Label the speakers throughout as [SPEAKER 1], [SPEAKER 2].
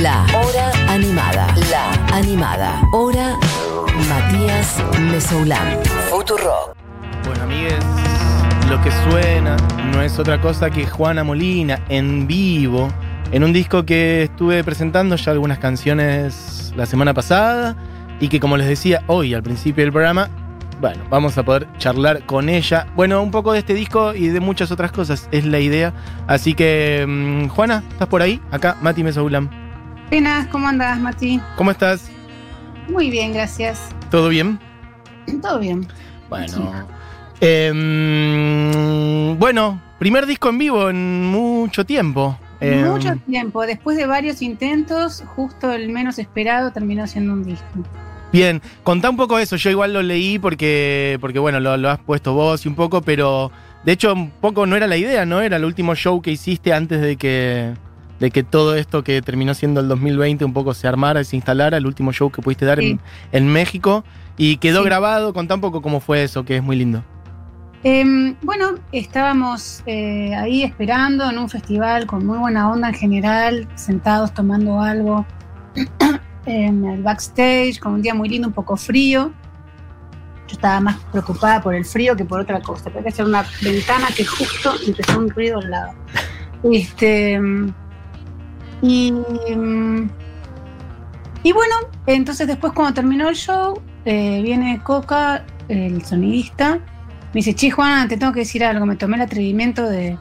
[SPEAKER 1] La Hora Animada. La Animada. Hora Matías Mesoulán. Futurock.
[SPEAKER 2] Bueno, amigues, lo que suena no es otra cosa que Juana Molina en vivo, en un disco que estuve presentando ya algunas canciones la semana pasada y que, como les decía hoy al principio del programa, bueno, vamos a poder charlar con ella. Bueno, un poco de este disco y de muchas otras cosas es la idea. Así que, mm, Juana, ¿estás por ahí? Acá, Mati Mesoulam.
[SPEAKER 3] Buenas, ¿cómo andas, Mati?
[SPEAKER 2] ¿Cómo estás?
[SPEAKER 3] Muy bien, gracias.
[SPEAKER 2] ¿Todo bien?
[SPEAKER 3] Todo bien.
[SPEAKER 2] Bueno. Em, bueno, primer disco en vivo en mucho tiempo. Em,
[SPEAKER 3] Mucho tiempo, después de varios intentos, justo el menos esperado terminó siendo un disco.
[SPEAKER 2] Bien, contá un poco eso. Yo igual lo leí porque, porque bueno, lo, lo has puesto vos y un poco, pero de hecho, un poco no era la idea, ¿no? Era el último show que hiciste antes de que, de que todo esto que terminó siendo el 2020 un poco se armara y se instalara, el último show que pudiste dar en,
[SPEAKER 3] Sí.
[SPEAKER 2] en México. Y quedó
[SPEAKER 3] Sí.
[SPEAKER 2] grabado. Contá un poco cómo fue eso, que es muy lindo.
[SPEAKER 3] Em, bueno, estábamos eh, ahí esperando en un festival con muy buena onda en general, sentados tomando algo en el backstage, con un día muy lindo, un poco frío. Yo estaba más preocupada por el frío que por otra cosa. Tenía que hacer una ventana que justo empezó un ruido al lado. Este, em, y, em, y bueno, entonces después cuando terminó el show, eh, viene Coca, el sonidista, me dice, che, Juana, te tengo que decir algo. Me tomé el atrevimiento de,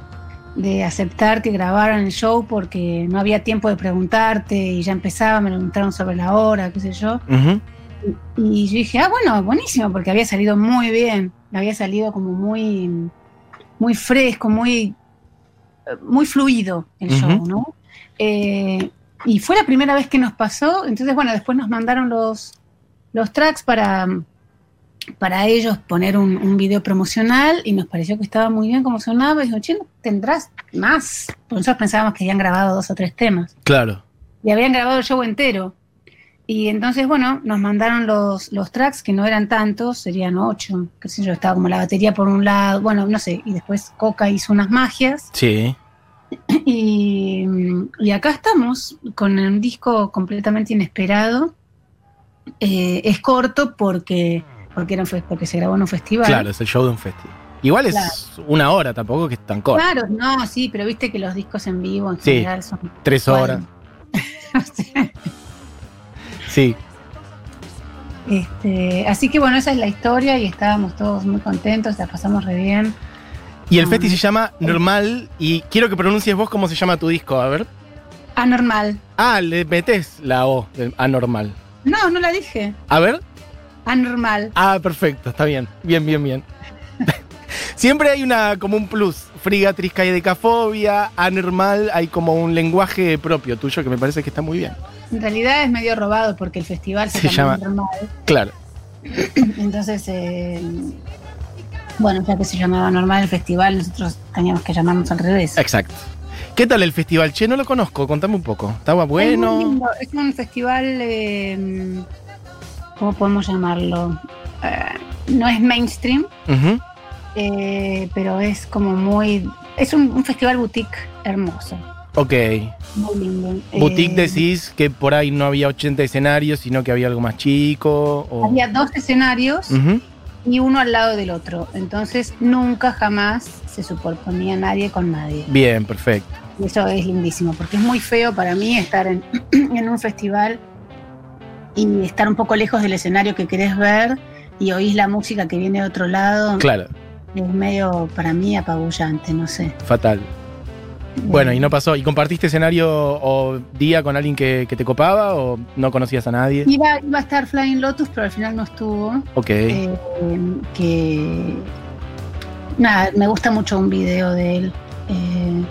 [SPEAKER 3] de aceptar que grabaran el show porque no había tiempo de preguntarte y ya empezaba, me preguntaron sobre la hora, qué sé yo.
[SPEAKER 2] Ujú.
[SPEAKER 3] Y yo dije, ah, bueno, buenísimo, porque había salido muy bien. Había salido como muy, muy fresco, muy, eh, muy fluido el
[SPEAKER 2] Ujú.
[SPEAKER 3] show, ¿no? Eh, y fue la primera vez que nos pasó. Entonces, bueno, después nos mandaron los, los tracks para, para ellos poner un, un video promocional y nos pareció que estaba muy bien como sonaba. Y dijo, che, ¿no tendrás más. Porque nosotros pensábamos que habían grabado dos o tres temas
[SPEAKER 2] Claro.
[SPEAKER 3] y habían grabado el show entero. Y entonces, bueno, nos mandaron los, los tracks, que no eran tantos, serían ocho, qué sé yo, estaba como la batería por un lado, bueno, no sé, y después Coca hizo unas magias,
[SPEAKER 2] Sí.
[SPEAKER 3] y, y acá estamos, con un disco completamente inesperado. Eh, es corto porque, porque, era un fe- porque se grabó en un festival.
[SPEAKER 2] Claro, es el show de un festival. Igual es una hora tampoco, que es tan corta.
[SPEAKER 3] Claro, no, sí, pero viste que los discos en vivo en
[SPEAKER 2] Sí.
[SPEAKER 3] general son...
[SPEAKER 2] Tres horas. Sí.
[SPEAKER 3] Este, así que bueno, esa es la historia y estábamos todos muy contentos, la pasamos re bien.
[SPEAKER 2] Y el
[SPEAKER 3] Ah.
[SPEAKER 2] festi se llama Normal. Y quiero que pronuncies vos cómo se llama tu disco, a ver.
[SPEAKER 3] Anormal.
[SPEAKER 2] Ah, le metés la O, del anormal.
[SPEAKER 3] No, no la dije.
[SPEAKER 2] A ver.
[SPEAKER 3] Anormal.
[SPEAKER 2] Ah, perfecto, está bien. Bien, bien, bien. Siempre hay una como un plus. Friga, trisca y decafobia, anormal, hay como un lenguaje propio tuyo que me parece que está muy bien.
[SPEAKER 3] En realidad es medio robado porque el festival se,
[SPEAKER 2] Se
[SPEAKER 3] llama
[SPEAKER 2] llama-
[SPEAKER 3] Anormal.
[SPEAKER 2] Claro.
[SPEAKER 3] Entonces, eh, bueno, ya que se llamaba Anormal el festival, nosotros teníamos que llamarnos al revés.
[SPEAKER 2] Exacto. ¿Qué tal el festival? Che, no lo conozco, contame un poco. ¿Estaba
[SPEAKER 3] Es muy
[SPEAKER 2] bueno?
[SPEAKER 3] lindo, Es un festival, eh, ¿cómo podemos llamarlo? Eh, no es mainstream,
[SPEAKER 2] Ujú.
[SPEAKER 3] eh, pero es como muy... Es un, un festival boutique hermoso,
[SPEAKER 2] Ok.
[SPEAKER 3] muy lindo.
[SPEAKER 2] Boutique
[SPEAKER 3] Eh,
[SPEAKER 2] decís que por ahí no había 80 escenarios, sino que había algo más chico. o-
[SPEAKER 3] Había dos escenarios
[SPEAKER 2] Ujú.
[SPEAKER 3] y uno al lado del otro, entonces nunca jamás se superponía nadie con nadie.
[SPEAKER 2] Bien, perfecto.
[SPEAKER 3] Y eso es lindísimo, porque es muy feo para mí estar en, en un festival y estar un poco lejos del escenario que querés ver y oís la música que viene de otro lado.
[SPEAKER 2] Claro,
[SPEAKER 3] Es medio, para mí, apabullante, no sé.
[SPEAKER 2] fatal. Bueno, y no pasó. ¿Y compartiste escenario o día con alguien que, que te copaba o no conocías a nadie?
[SPEAKER 3] Iba, iba a estar Flying Lotus, pero al final no estuvo.
[SPEAKER 2] Ok.
[SPEAKER 3] Eh, que nada, me gusta mucho un video de él. eh,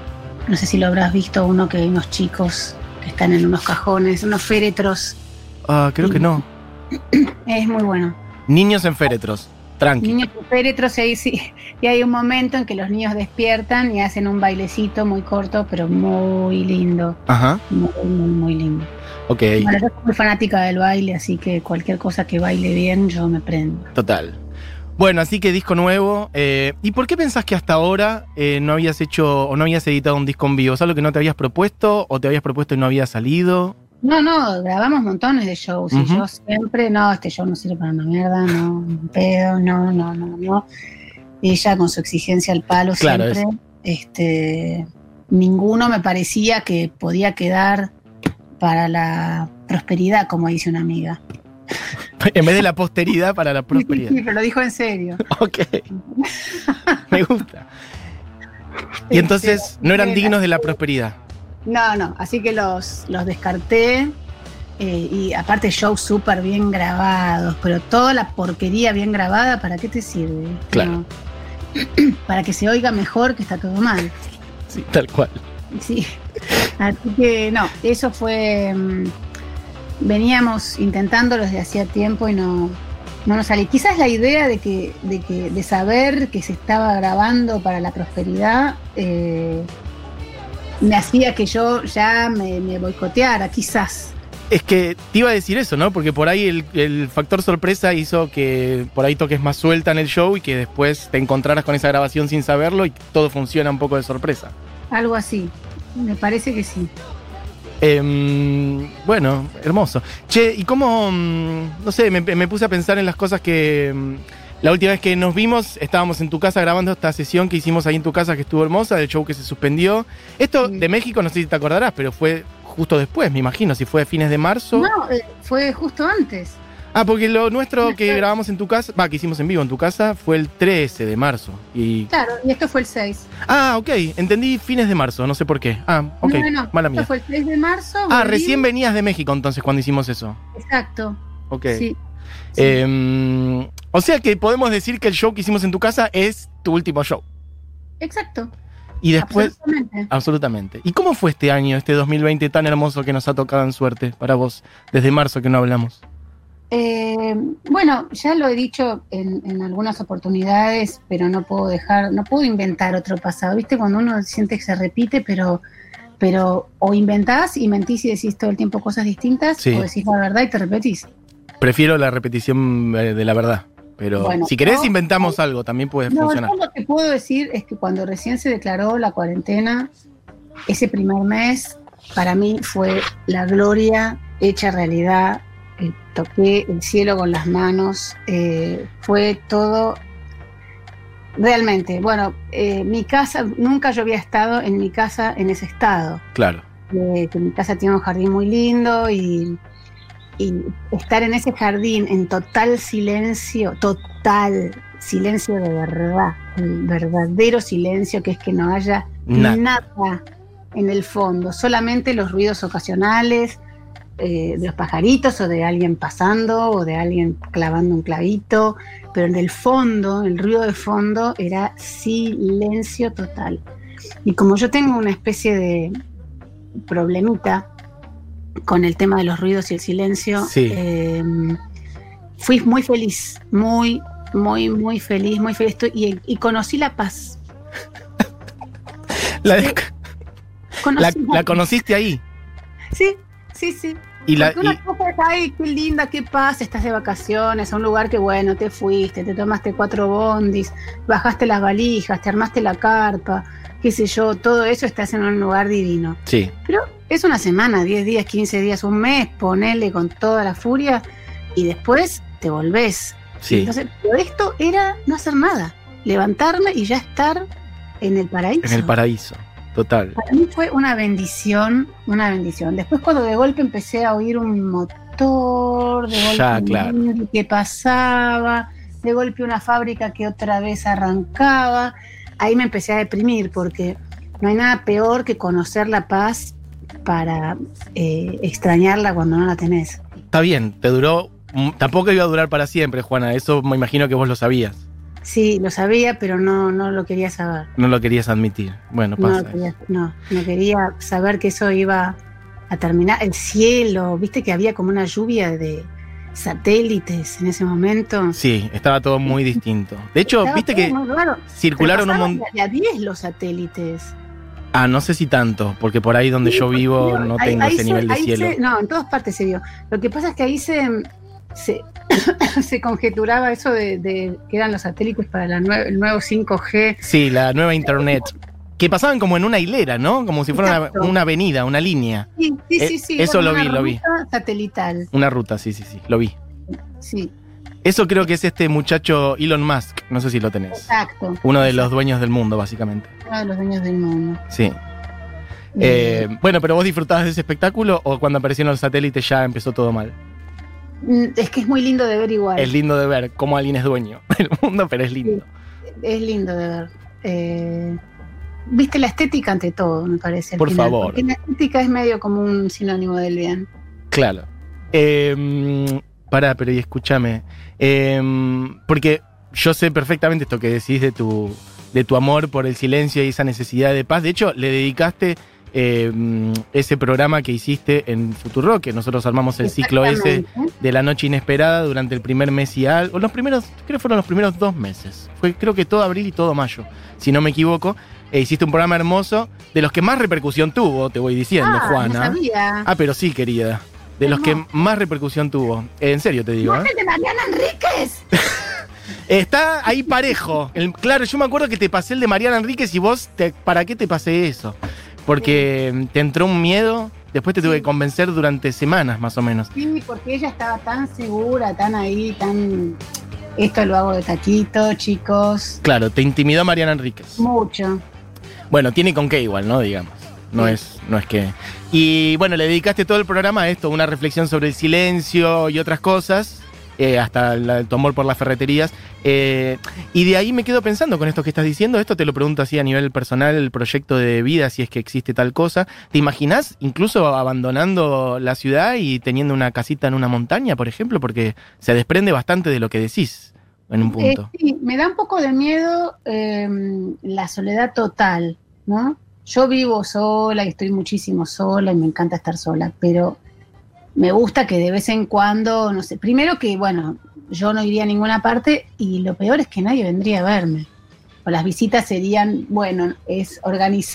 [SPEAKER 3] no sé si lo habrás visto, uno que hay unos chicos que están en unos cajones, unos féretros.
[SPEAKER 2] Ah, creo que no.
[SPEAKER 3] Es muy bueno.
[SPEAKER 2] Niños en féretros. Tranqui.
[SPEAKER 3] Niños con féretros y ahí sí. Y hay un momento en que los niños despiertan y hacen un bailecito muy corto, pero muy lindo.
[SPEAKER 2] Ajá.
[SPEAKER 3] Muy, muy, muy lindo.
[SPEAKER 2] Ok.
[SPEAKER 3] Bueno, yo soy muy fanática del baile, así que cualquier cosa que baile bien, yo me prendo.
[SPEAKER 2] Total. Bueno, así que disco nuevo. eh, ¿Y por qué pensás que hasta ahora eh, no habías hecho o no habías editado un disco en vivo? ¿Es algo que no te habías propuesto o te habías propuesto y no había salido?
[SPEAKER 3] No, no, grabamos montones de shows
[SPEAKER 2] Ujú.
[SPEAKER 3] y yo siempre, no, este show no sirve para una mierda, no, ni en pedo, no, no, no, no. Y ella con su exigencia al palo
[SPEAKER 2] Claro,
[SPEAKER 3] siempre, este, ninguno me parecía que podía quedar para la prosperidad, como dice una amiga.
[SPEAKER 2] En vez de la posteridad para la prosperidad.
[SPEAKER 3] Sí, pero lo dijo en serio.
[SPEAKER 2] Ok. Me gusta. Y entonces no eran dignos Este, de la prosperidad.
[SPEAKER 3] No, no, así que los, los descarté. eh, y aparte shows súper bien grabados, pero toda la porquería bien grabada, ¿para qué te sirve?
[SPEAKER 2] Claro.
[SPEAKER 3] No. Para que se oiga mejor que está todo mal.
[SPEAKER 2] Sí, tal cual.
[SPEAKER 3] Sí. Así que no, eso fue... mm, veníamos intentándolo desde hacía tiempo y no, no nos salía. Quizás la idea de, que, de, que, de saber que se estaba grabando para la prosperidad eh, me hacía que yo ya me, me boicoteara, quizás.
[SPEAKER 2] Es que te iba a decir eso, ¿no? Porque por ahí el, el factor sorpresa hizo que por ahí toques más suelta en el show y que después te encontraras con esa grabación sin saberlo y todo funciona un poco de sorpresa.
[SPEAKER 3] Algo así. Me parece que sí.
[SPEAKER 2] Em, bueno, hermoso. Che, ¿y cómo? mm, No sé, me, me puse a pensar en las cosas que. mm, La última vez que nos vimos, estábamos en tu casa grabando esta sesión que hicimos ahí en tu casa, que estuvo hermosa, del show que se suspendió. Esto
[SPEAKER 3] Sí.
[SPEAKER 2] de México, no sé si te acordarás, pero fue justo después, me imagino, si fue a fines de marzo.
[SPEAKER 3] No, eh, fue justo antes.
[SPEAKER 2] Ah, porque lo nuestro que
[SPEAKER 3] Nuestro-
[SPEAKER 2] grabamos en tu casa, va, que hicimos en vivo en tu casa, fue el 13 de marzo. Y.
[SPEAKER 3] Claro, y esto fue el 6.
[SPEAKER 2] Ah, ok, entendí fines de marzo, no sé por qué. Ah, ok,
[SPEAKER 3] no, no,
[SPEAKER 2] mala
[SPEAKER 3] esto
[SPEAKER 2] mía.
[SPEAKER 3] fue el 3 de marzo.
[SPEAKER 2] Ah,
[SPEAKER 3] volví.
[SPEAKER 2] recién venías de México entonces cuando hicimos eso.
[SPEAKER 3] Exacto.
[SPEAKER 2] Ok.
[SPEAKER 3] Sí. Sí.
[SPEAKER 2] Em, o sea que podemos decir que el show que hicimos en tu casa es tu último show.
[SPEAKER 3] Exacto.
[SPEAKER 2] Y después.
[SPEAKER 3] absolutamente.
[SPEAKER 2] Absolutamente. ¿Y cómo fue este año, este 2020 tan hermoso que nos ha tocado en suerte para vos, desde marzo que no hablamos?
[SPEAKER 3] Eh, bueno, ya lo he dicho en, en algunas oportunidades, pero no puedo dejar, no puedo inventar otro pasado. ¿Viste? Cuando uno siente que se repite, pero, pero o inventás y mentís y decís todo el tiempo cosas distintas,
[SPEAKER 2] Sí.
[SPEAKER 3] o decís la verdad y te repetís.
[SPEAKER 2] Prefiero la repetición eh, de la verdad. Pero
[SPEAKER 3] Bueno,
[SPEAKER 2] si querés,
[SPEAKER 3] no.
[SPEAKER 2] inventamos algo, también puede
[SPEAKER 3] No,
[SPEAKER 2] funcionar.
[SPEAKER 3] yo lo que puedo decir es que cuando recién se declaró la cuarentena, ese primer mes, para mí fue la gloria hecha realidad. Eh, Toqué el cielo con las manos, eh, fue todo realmente. Bueno, eh, mi casa, nunca yo había estado en mi casa en ese estado
[SPEAKER 2] Claro.
[SPEAKER 3] eh, que mi casa tiene un jardín muy lindo y, y estar en ese jardín en total silencio, total silencio de verdad, el verdadero silencio que es que no haya
[SPEAKER 2] Nada.
[SPEAKER 3] nada en el fondo, solamente los ruidos ocasionales eh, de los pajaritos o de alguien pasando o de alguien clavando un clavito, pero en el fondo, el ruido de fondo era silencio total. Y como yo tengo una especie de problemita con el tema de los ruidos y el silencio,
[SPEAKER 2] Sí.
[SPEAKER 3] eh, fui muy feliz, muy, muy, muy feliz, muy feliz Estoy- y, y conocí la paz.
[SPEAKER 2] La, la-
[SPEAKER 3] Conocí
[SPEAKER 2] la conociste ahí.
[SPEAKER 3] Sí, sí, sí.
[SPEAKER 2] Y la,
[SPEAKER 3] Porque una
[SPEAKER 2] y-
[SPEAKER 3] cosa es, ay, qué linda, qué paz, estás de vacaciones, a un lugar que bueno, te fuiste, te tomaste cuatro bondis, bajaste las valijas, te armaste la carpa, qué sé yo, todo eso estás en un lugar divino.
[SPEAKER 2] sí,
[SPEAKER 3] Pero es una semana, 10 días, 15 días, un mes, ponele con toda la furia y después te volvés.
[SPEAKER 2] sí.
[SPEAKER 3] Entonces, pero esto era no hacer nada, levantarme y ya estar en el paraíso.
[SPEAKER 2] En el paraíso. Total.
[SPEAKER 3] Para mí fue una bendición, una bendición. Después cuando de golpe empecé a oír un motor, de golpe
[SPEAKER 2] Ya,
[SPEAKER 3] un
[SPEAKER 2] claro.
[SPEAKER 3] ruido que pasaba, de golpe una fábrica que otra vez arrancaba, ahí me empecé a deprimir porque no hay nada peor que conocer la paz para eh, extrañarla cuando no la tenés.
[SPEAKER 2] Está bien, te duró. mm, Tampoco iba a durar para siempre, Juana. Eso me imagino que vos lo sabías.
[SPEAKER 3] Sí, lo sabía, pero no, no lo quería saber.
[SPEAKER 2] No lo querías admitir. Bueno,
[SPEAKER 3] No,
[SPEAKER 2] pasa.
[SPEAKER 3] lo quería, no, no quería saber que eso iba a terminar. El cielo, viste que había como una lluvia de satélites en ese momento.
[SPEAKER 2] Sí, estaba todo muy distinto. De hecho,
[SPEAKER 3] Estaba
[SPEAKER 2] viste
[SPEAKER 3] todo
[SPEAKER 2] que
[SPEAKER 3] muy raro. Pero
[SPEAKER 2] circularon un
[SPEAKER 3] pasaban
[SPEAKER 2] montón.
[SPEAKER 3] de a 10 los satélites.
[SPEAKER 2] Ah, no sé si tanto, porque por ahí donde
[SPEAKER 3] Sí,
[SPEAKER 2] yo
[SPEAKER 3] porque
[SPEAKER 2] vivo
[SPEAKER 3] digo,
[SPEAKER 2] no
[SPEAKER 3] ahí-
[SPEAKER 2] tengo
[SPEAKER 3] ahí
[SPEAKER 2] ese
[SPEAKER 3] se-
[SPEAKER 2] nivel de
[SPEAKER 3] ahí
[SPEAKER 2] cielo.
[SPEAKER 3] se- no, en todas partes se vio. Lo que pasa es que ahí se, se, se conjeturaba eso de, de que eran los satélites para la nue- el nuevo 5G.
[SPEAKER 2] Sí, la nueva internet. que pasaban como en una hilera, ¿no? Como si fuera una,
[SPEAKER 3] Exacto.
[SPEAKER 2] una avenida, una línea.
[SPEAKER 3] Sí, sí,
[SPEAKER 2] Eh,
[SPEAKER 3] sí. sí,
[SPEAKER 2] eso
[SPEAKER 3] era
[SPEAKER 2] lo
[SPEAKER 3] una
[SPEAKER 2] vi, lo vi.
[SPEAKER 3] ruta Satelital,
[SPEAKER 2] Una ruta, sí, sí, sí, lo vi.
[SPEAKER 3] sí,
[SPEAKER 2] Eso creo que es este muchacho Elon Musk, no sé si lo tenés.
[SPEAKER 3] exacto.
[SPEAKER 2] Uno de los dueños del mundo, básicamente.
[SPEAKER 3] Uno de los dueños del mundo.
[SPEAKER 2] Sí. Eh, bueno, pero vos disfrutabas de ese espectáculo o cuando aparecieron los satélites ya empezó todo mal.
[SPEAKER 3] Mm, es que es muy lindo de ver igual.
[SPEAKER 2] Es lindo de ver cómo alguien es dueño del mundo, pero es lindo.
[SPEAKER 3] Es lindo de ver. Eh, Viste la estética ante todo, me parece. al
[SPEAKER 2] Por
[SPEAKER 3] final,
[SPEAKER 2] favor.
[SPEAKER 3] Porque la estética es medio como un sinónimo del bien.
[SPEAKER 2] Claro. Eh, pará, pero y escúchame. Eh, porque yo sé perfectamente esto que decís de tu, de tu amor por el silencio y esa necesidad de paz. De hecho, le dedicaste eh, ese programa que hiciste en Futuro, que nosotros armamos el ciclo ese
[SPEAKER 3] Exactamente.
[SPEAKER 2] de la noche inesperada durante el primer mes y algo. Los primeros, creo que fueron los primeros dos meses. Fue creo que todo abril y todo mayo, si no me equivoco. E hiciste un programa hermoso, de los que más repercusión tuvo, te voy diciendo,
[SPEAKER 3] Ah,
[SPEAKER 2] Juana.
[SPEAKER 3] No sabía.
[SPEAKER 2] Ah, pero sí, querida. De los que más repercusión tuvo. En serio te digo, ¿eh?
[SPEAKER 3] ¡Muerte de Mariana Enríquez!
[SPEAKER 2] Está ahí parejo. El- claro, yo me acuerdo que te pasé el de Mariana Enríquez y vos, te- ¿para qué te pasé eso? Porque mm, te entró un miedo, después te tuve que convencer durante semanas más o menos.
[SPEAKER 3] Sí, porque ella estaba tan segura, tan ahí, tan. Esto lo hago de taquito, chicos.
[SPEAKER 2] Claro, te intimidó Mariana Enríquez.
[SPEAKER 3] Mucho.
[SPEAKER 2] Bueno, tiene con qué igual, ¿no? Digamos. No
[SPEAKER 3] Sí.
[SPEAKER 2] es, no es que. Y bueno, le dedicaste todo el programa a esto, una reflexión sobre el silencio y otras cosas, eh, hasta la- tu amor por las ferreterías. eh, y de ahí me quedo pensando con esto que estás diciendo. Esto te lo pregunto así a nivel personal, el proyecto de vida, si es que existe tal cosa. ¿Te imaginas incluso abandonando la ciudad y teniendo una casita en una montaña, por ejemplo? Porque se desprende bastante de lo que decís en un punto.
[SPEAKER 3] Eh, sí, me da un poco de miedo eh, la soledad total, ¿no? Yo vivo sola y estoy muchísimo sola y me encanta estar sola, pero me gusta que de vez en cuando, no sé, primero que, bueno, yo no iría a ninguna parte y lo peor es que nadie vendría a verme. O las visitas serían, bueno, es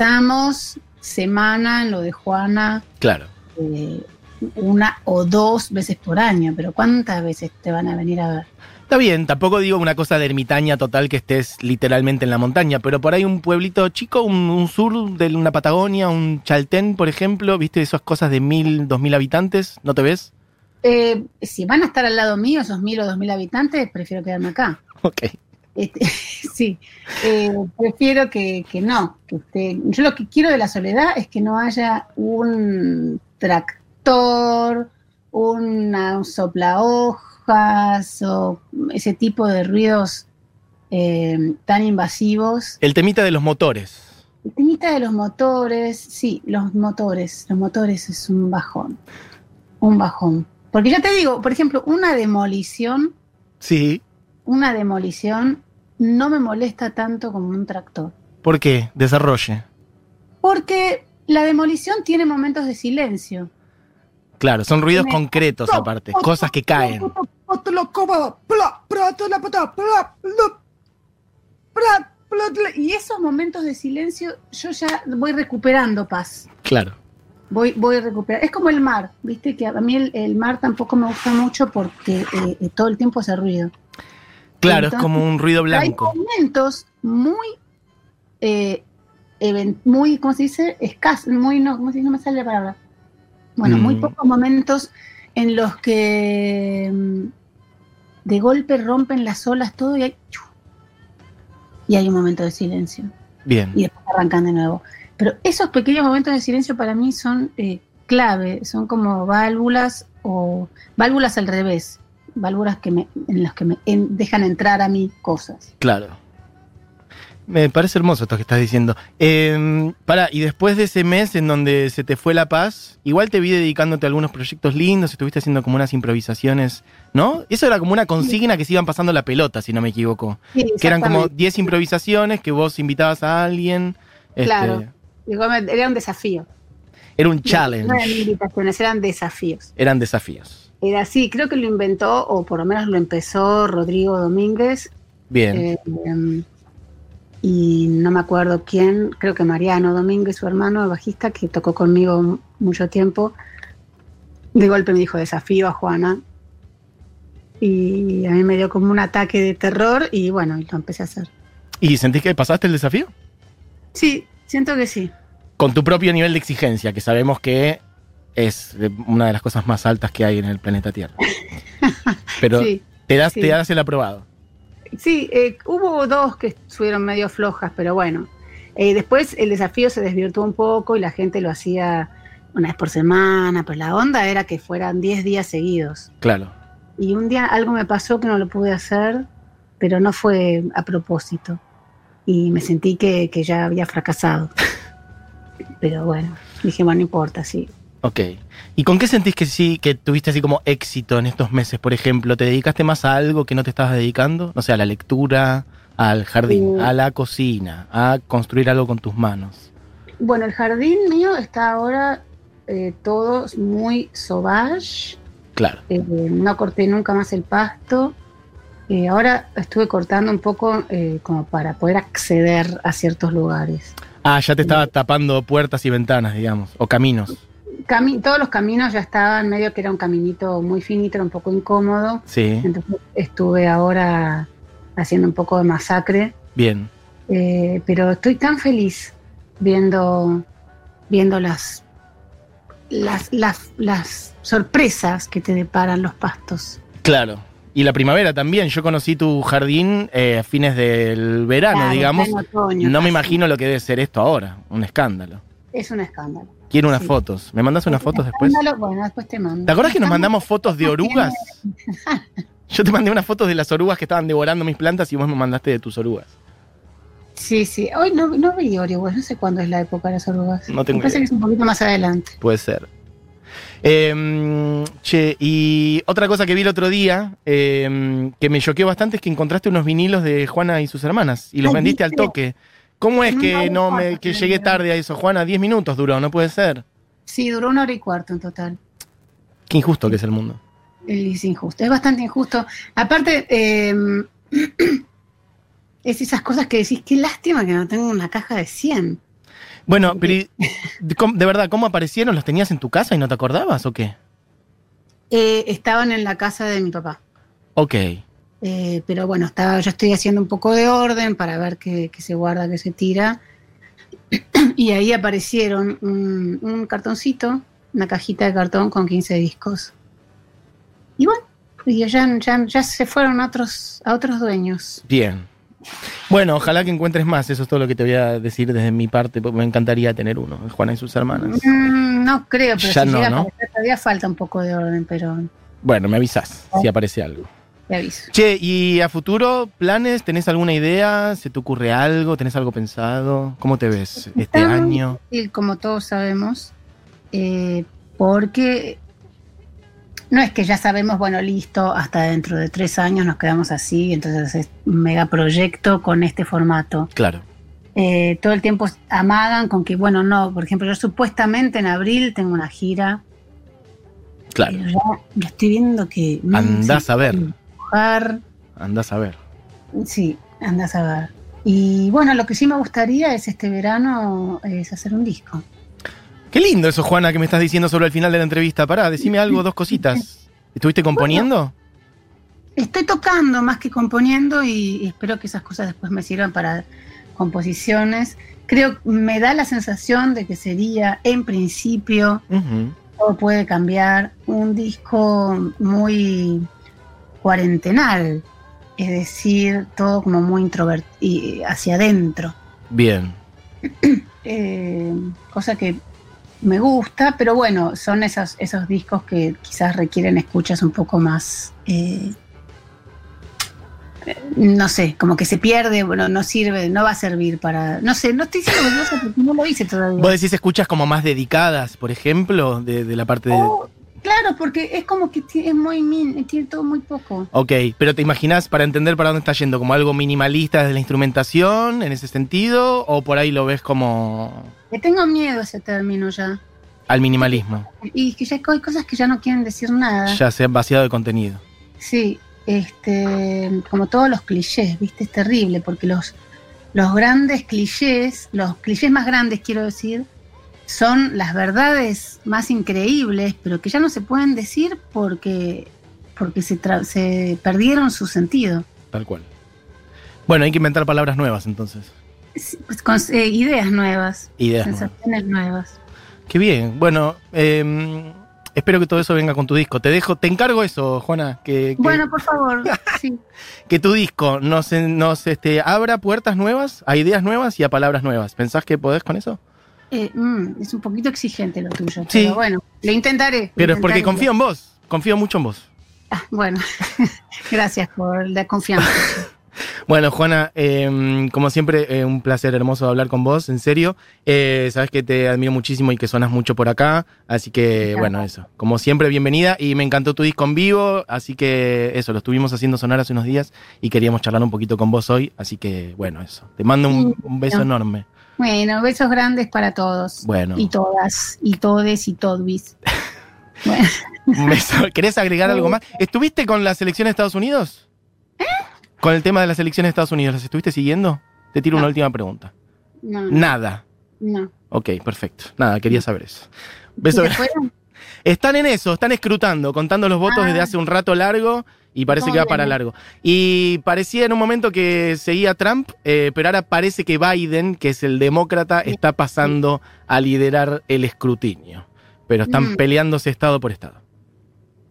[SPEAKER 3] organizamos semana en lo de Juana,
[SPEAKER 2] Claro.
[SPEAKER 3] eh, una o dos veces por año, pero ¿cuántas veces te van a venir a ver?
[SPEAKER 2] Está bien, tampoco digo una cosa de ermitaña total que estés literalmente en la montaña, pero por ahí un pueblito chico, un, un sur de una Patagonia, un Chaltén, por ejemplo, viste esas cosas de mil, dos mil habitantes, ¿no te ves?
[SPEAKER 3] Eh, si van a estar al lado mío, esos mil o dos mil habitantes, prefiero quedarme acá.
[SPEAKER 2] Ok.
[SPEAKER 3] Este, sí, eh, prefiero que, que no. que esté- yo lo que quiero de la soledad es que no haya un tractor, una, un soplahojas o ese tipo de ruidos eh, tan invasivos.
[SPEAKER 2] El temita de los motores.
[SPEAKER 3] El temita de los motores, sí, los motores, los motores es un bajón, un bajón. Porque ya te digo, por ejemplo, una demolición,
[SPEAKER 2] Sí.
[SPEAKER 3] una demolición no me molesta tanto como un tractor.
[SPEAKER 2] ¿Por qué? Desarrolle.
[SPEAKER 3] Porque la demolición tiene momentos de silencio.
[SPEAKER 2] Claro, son ruidos
[SPEAKER 3] Me-
[SPEAKER 2] concretos aparte, cosas que caen.
[SPEAKER 3] Y esos momentos de silencio yo ya voy recuperando paz.
[SPEAKER 2] Claro.
[SPEAKER 3] Voy, voy a recuperar. Es como el mar, viste que a mí el, el mar tampoco me gusta mucho porque eh, eh, todo el tiempo hace ruido.
[SPEAKER 2] Claro, es
[SPEAKER 3] Entonces,
[SPEAKER 2] como un ruido
[SPEAKER 3] Pero
[SPEAKER 2] blanco.
[SPEAKER 3] Hay momentos muy, eh, even- muy, ¿cómo se dice? Escasos, muy, no, ¿cómo se dice? No me sale la palabra. Bueno, muy
[SPEAKER 2] Mm.
[SPEAKER 3] pocos momentos en los que mm, de golpe rompen las olas todo y hay, y hay un momento de silencio
[SPEAKER 2] Bien.
[SPEAKER 3] y después arrancan de nuevo. Pero esos pequeños momentos de silencio para mí son eh, clave, son como válvulas o válvulas al revés, válvulas que me, en las que me en- dejan entrar a mí cosas.
[SPEAKER 2] Claro. Me parece hermoso esto que estás diciendo. Eh, para, y después de ese mes en donde se te fue la paz, igual te vi dedicándote a algunos proyectos lindos, estuviste haciendo como unas improvisaciones, ¿no? Eso era como una consigna que se iban pasando la pelota, si no me equivoco. Que eran como 10 improvisaciones que vos invitabas a alguien. este,
[SPEAKER 3] Claro. era un desafío.
[SPEAKER 2] Era un
[SPEAKER 3] No eran
[SPEAKER 2] challenge.
[SPEAKER 3] invitaciones, eran desafíos.
[SPEAKER 2] Eran desafíos.
[SPEAKER 3] Era así, creo que lo inventó, o por lo menos lo empezó Rodrigo Domínguez,
[SPEAKER 2] Bien.
[SPEAKER 3] Eh, em, y no me acuerdo quién, creo que Mariano Domínguez, su hermano, el bajista, que tocó conmigo m- mucho tiempo. De golpe me dijo desafío a Juana. Y a mí me dio como un ataque de terror y bueno, y lo empecé a hacer.
[SPEAKER 2] ¿Y sentís que pasaste el desafío?
[SPEAKER 3] Sí, Siento que sí.
[SPEAKER 2] Con tu propio nivel de exigencia, que sabemos que es una de las cosas más altas que hay en el planeta Tierra. Pero
[SPEAKER 3] Sí.
[SPEAKER 2] te, das, te
[SPEAKER 3] sí.
[SPEAKER 2] das el aprobado.
[SPEAKER 3] Sí, eh, hubo dos que estuvieron medio flojas, pero bueno. Eh, después el desafío se desvirtuó un poco y la gente lo hacía una vez por semana, pero la onda era que fueran 10 días seguidos.
[SPEAKER 2] Claro.
[SPEAKER 3] Y un día algo me pasó que no lo pude hacer, pero no fue a propósito. Y me sentí que, que ya había fracasado. Pero bueno, dije, bueno, no importa, sí.
[SPEAKER 2] Ok. ¿Y con qué sentís que sí, que tuviste así como éxito en estos meses, por ejemplo? ¿Te dedicaste más a algo que no te estabas dedicando? No sé, a la lectura, al jardín,
[SPEAKER 3] Mm.
[SPEAKER 2] a la cocina, a construir algo con tus manos.
[SPEAKER 3] Bueno, el jardín mío está ahora eh, todo muy sauvage.
[SPEAKER 2] Claro.
[SPEAKER 3] Eh, no corté nunca más el pasto. Eh, ahora estuve cortando un poco eh, como para poder acceder a ciertos lugares.
[SPEAKER 2] Ah, ya te estaba tapando puertas y ventanas, digamos, o caminos.
[SPEAKER 3] Cami- todos los caminos ya estaban medio que era un caminito muy finito, era un poco incómodo.
[SPEAKER 2] Sí,
[SPEAKER 3] Entonces estuve ahora haciendo un poco de masacre,
[SPEAKER 2] bien.
[SPEAKER 3] eh, pero estoy tan feliz viendo, viendo las, las, las, las sorpresas que te deparan los pastos.
[SPEAKER 2] Claro. Y la primavera también. Yo conocí tu jardín eh, a fines del verano,
[SPEAKER 3] Claro,
[SPEAKER 2] digamos.
[SPEAKER 3] pleno otoño,
[SPEAKER 2] No me
[SPEAKER 3] casi.
[SPEAKER 2] imagino lo que debe ser esto ahora. Un escándalo.
[SPEAKER 3] Es un escándalo.
[SPEAKER 2] Quiero unas
[SPEAKER 3] Sí.
[SPEAKER 2] fotos. ¿Me mandas unas fotos después?
[SPEAKER 3] Escándalo, Bueno, después te mando.
[SPEAKER 2] ¿Te acordás que nos
[SPEAKER 3] Estamos-
[SPEAKER 2] mandamos fotos de orugas? Yo te mandé unas fotos de las orugas que estaban devorando mis plantas y vos me mandaste de tus orugas.
[SPEAKER 3] Sí, sí. Hoy no, no vi orugas, no sé cuándo es la época de las orugas.
[SPEAKER 2] No tengo
[SPEAKER 3] Me parece
[SPEAKER 2] idea.
[SPEAKER 3] que es un poquito más adelante.
[SPEAKER 2] Puede ser. Eh, che, y otra cosa que vi el otro día eh, que me choqueó bastante es que encontraste unos vinilos de Juana y sus hermanas y los
[SPEAKER 3] Ay,
[SPEAKER 2] vendiste al
[SPEAKER 3] ¿viste?
[SPEAKER 2] toque. ¿Cómo es
[SPEAKER 3] No,
[SPEAKER 2] que no
[SPEAKER 3] no,
[SPEAKER 2] me,
[SPEAKER 3] no,
[SPEAKER 2] que
[SPEAKER 3] no,
[SPEAKER 2] llegué
[SPEAKER 3] no.
[SPEAKER 2] tarde a eso, Juana? Diez minutos duró, no puede ser.
[SPEAKER 3] Sí, duró una hora y cuarto en total.
[SPEAKER 2] Qué injusto que es el mundo.
[SPEAKER 3] Es injusto, es bastante injusto. Aparte, eh, es esas cosas que decís, qué lástima que no tengo una caja de 100.
[SPEAKER 2] Bueno, pero y- de, com- de verdad, ¿cómo aparecieron? ¿Los tenías en tu casa y no te acordabas o qué?
[SPEAKER 3] Eh, estaban en la casa de mi papá.
[SPEAKER 2] Ok,
[SPEAKER 3] Eh, pero bueno, estaba, yo estoy haciendo un poco de orden para ver qué, qué se guarda, qué se tira. Y ahí aparecieron un, un cartoncito, una cajita de cartón con 15 discos. Y bueno, y ya, ya, ya se fueron a otros, a otros dueños.
[SPEAKER 2] bien. Bueno, ojalá que encuentres más. Eso es todo lo que te voy a decir desde mi parte. porque Me encantaría tener uno, de Juana y sus hermanas.
[SPEAKER 3] Mm, no creo, pero
[SPEAKER 2] Ya
[SPEAKER 3] si
[SPEAKER 2] no,
[SPEAKER 3] llega a
[SPEAKER 2] ¿no?
[SPEAKER 3] aparecer, todavía falta un poco de orden, pero
[SPEAKER 2] Bueno, me avisas si aparece algo.
[SPEAKER 3] te aviso.
[SPEAKER 2] Che, ¿y a futuro planes? ¿Tenés alguna idea? ¿Se te ocurre algo? ¿Tenés algo pensado? ¿Cómo te ves este
[SPEAKER 3] Está muy-
[SPEAKER 2] año?
[SPEAKER 3] Y como todos sabemos, eh, porque no es que ya sabemos, bueno, listo, hasta dentro de tres años nos quedamos así, entonces es un megaproyecto con este formato.
[SPEAKER 2] Claro.
[SPEAKER 3] Eh, todo el tiempo amagan con que, bueno, no, por ejemplo, yo supuestamente en abril tengo una gira,
[SPEAKER 2] Claro.
[SPEAKER 3] pero ya, ya estoy viendo que... mm,
[SPEAKER 2] Andás
[SPEAKER 3] se
[SPEAKER 2] a ver.
[SPEAKER 3] puede empujar.
[SPEAKER 2] Andás a ver.
[SPEAKER 3] Sí, andás a ver. Y bueno, lo que sí me gustaría es este verano es hacer un disco.
[SPEAKER 2] Qué lindo eso, Juana, que me estás diciendo sobre el final de la entrevista. Pará, decime algo, dos cositas. ¿Estuviste componiendo?
[SPEAKER 3] Estoy tocando más que componiendo y, y espero que esas cosas después me sirvan para composiciones. Creo, me da la sensación de que sería, en principio,
[SPEAKER 2] Ujú.
[SPEAKER 3] todo puede cambiar, un disco muy cuarentenal, es decir, todo como muy introvertido, hacia adentro.
[SPEAKER 2] Bien.
[SPEAKER 3] eh, cosa que me gusta, pero bueno, son esos, esos discos que quizás requieren escuchas un poco más, eh, eh, no sé, como que se pierde, bueno, no sirve, no va a servir para, no sé, no estoy diciendo que no sé, porque no lo hice todavía.
[SPEAKER 2] ¿Vos decís escuchas como más dedicadas, por ejemplo, de, de la parte de...
[SPEAKER 3] Oh, claro, porque es como que ti- es muy, min- tiene todo muy poco.
[SPEAKER 2] Ok, pero te imaginás para entender para dónde está yendo, como algo minimalista desde la instrumentación, en ese sentido, o por ahí lo ves como
[SPEAKER 3] Le tengo miedo a ese término ya.
[SPEAKER 2] al minimalismo,
[SPEAKER 3] Y que ya hay cosas que ya no quieren decir nada.
[SPEAKER 2] ya sea vaciado de contenido.
[SPEAKER 3] Sí, este, como todos los clichés, ¿viste? Es terrible, porque los, los grandes clichés, los clichés más grandes, quiero decir, son las verdades más increíbles, pero que ya no se pueden decir porque, porque se, tra- se perdieron su sentido.
[SPEAKER 2] Tal cual. Bueno, hay que inventar palabras nuevas entonces.
[SPEAKER 3] con, eh, ideas nuevas,
[SPEAKER 2] Ideas nuevas.
[SPEAKER 3] sensaciones nuevas.
[SPEAKER 2] Qué bien. Bueno, eh, espero que todo eso venga con tu disco. Te dejo, te encargo eso, Juana, que, que,
[SPEAKER 3] Bueno, por favor, sí.
[SPEAKER 2] que tu disco nos, nos este, abra puertas nuevas, a ideas nuevas y a palabras nuevas. ¿Pensás que podés con eso?
[SPEAKER 3] Eh, mm, es un poquito exigente lo tuyo,
[SPEAKER 2] Sí.
[SPEAKER 3] pero bueno, lo intentaré.
[SPEAKER 2] Pero es
[SPEAKER 3] intentaré.
[SPEAKER 2] porque confío en vos, confío mucho en vos.
[SPEAKER 3] Ah, bueno, gracias por la confianza.
[SPEAKER 2] Bueno, Juana, eh, como siempre, eh, un placer hermoso hablar con vos, en serio. Eh, sabes que te admiro muchísimo y que sonas mucho por acá. Así que,
[SPEAKER 3] Gracias.
[SPEAKER 2] bueno, eso. Como siempre, bienvenida. Y me encantó tu disco en vivo. Así que, eso, lo estuvimos haciendo sonar hace unos días y queríamos charlar un poquito con vos hoy. Así que, bueno, eso. Te mando un, un beso
[SPEAKER 3] no.
[SPEAKER 2] enorme.
[SPEAKER 3] Bueno, besos grandes para todos.
[SPEAKER 2] Bueno,
[SPEAKER 3] Y todas, y todes, y todvis. Bueno,
[SPEAKER 2] un beso. ¿Querés agregar algo más? ¿Estuviste con la selección de Estados Unidos?
[SPEAKER 3] ¿Eh?
[SPEAKER 2] Con el tema de la selección de Estados Unidos, ¿las estuviste siguiendo? Te tiro una
[SPEAKER 3] No.
[SPEAKER 2] última pregunta.
[SPEAKER 3] no,
[SPEAKER 2] Nada.
[SPEAKER 3] no.
[SPEAKER 2] Ok, perfecto. Nada, quería saber eso. Beso.
[SPEAKER 3] ¿Y se fueron?
[SPEAKER 2] Están en eso, están escrutando, contando los votos
[SPEAKER 3] Ah.
[SPEAKER 2] desde hace un rato largo y parece
[SPEAKER 3] Muy
[SPEAKER 2] que va
[SPEAKER 3] bien.
[SPEAKER 2] para largo. Y parecía en un momento que seguía Trump, eh, pero ahora parece que Biden, que es el demócrata, está pasando a liderar el escrutinio. Pero están
[SPEAKER 3] Mm.
[SPEAKER 2] peleándose estado por estado.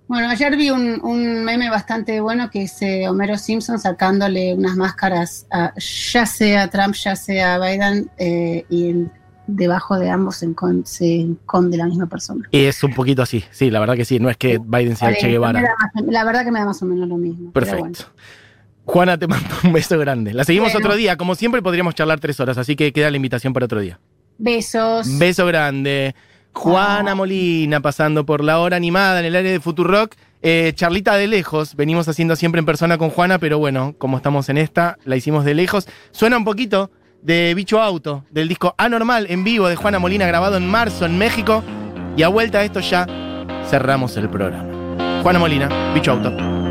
[SPEAKER 3] Bueno, ayer vi un, un meme bastante bueno que es eh, Homero Simpson sacándole unas máscaras a ya sea Trump, ya sea Biden, eh, y el- debajo de ambos se encon- se esconde la misma persona.
[SPEAKER 2] Y es un poquito así, sí, la verdad que sí, no es que Biden sea el
[SPEAKER 3] Vale,
[SPEAKER 2] Che
[SPEAKER 3] me
[SPEAKER 2] Guevara.
[SPEAKER 3] da más- La verdad que me da más o menos lo mismo. pero
[SPEAKER 2] Perfecto.
[SPEAKER 3] bueno.
[SPEAKER 2] Juana, te mando un beso grande. La seguimos
[SPEAKER 3] Bueno.
[SPEAKER 2] otro día. Como siempre, podríamos charlar tres horas, así que queda la invitación para otro día.
[SPEAKER 3] Besos.
[SPEAKER 2] Beso grande. Juana Molina pasando por la hora animada en el área de Futurock. Eh, charlita de lejos, venimos haciendo siempre en persona con Juana, pero bueno, como estamos en esta, la hicimos de lejos. Suena un poquito de Bicho Auto, del disco Anormal en vivo de Juana Molina, grabado en marzo en México. Y a vuelta a esto ya cerramos el programa. Juana Molina, Bicho Auto.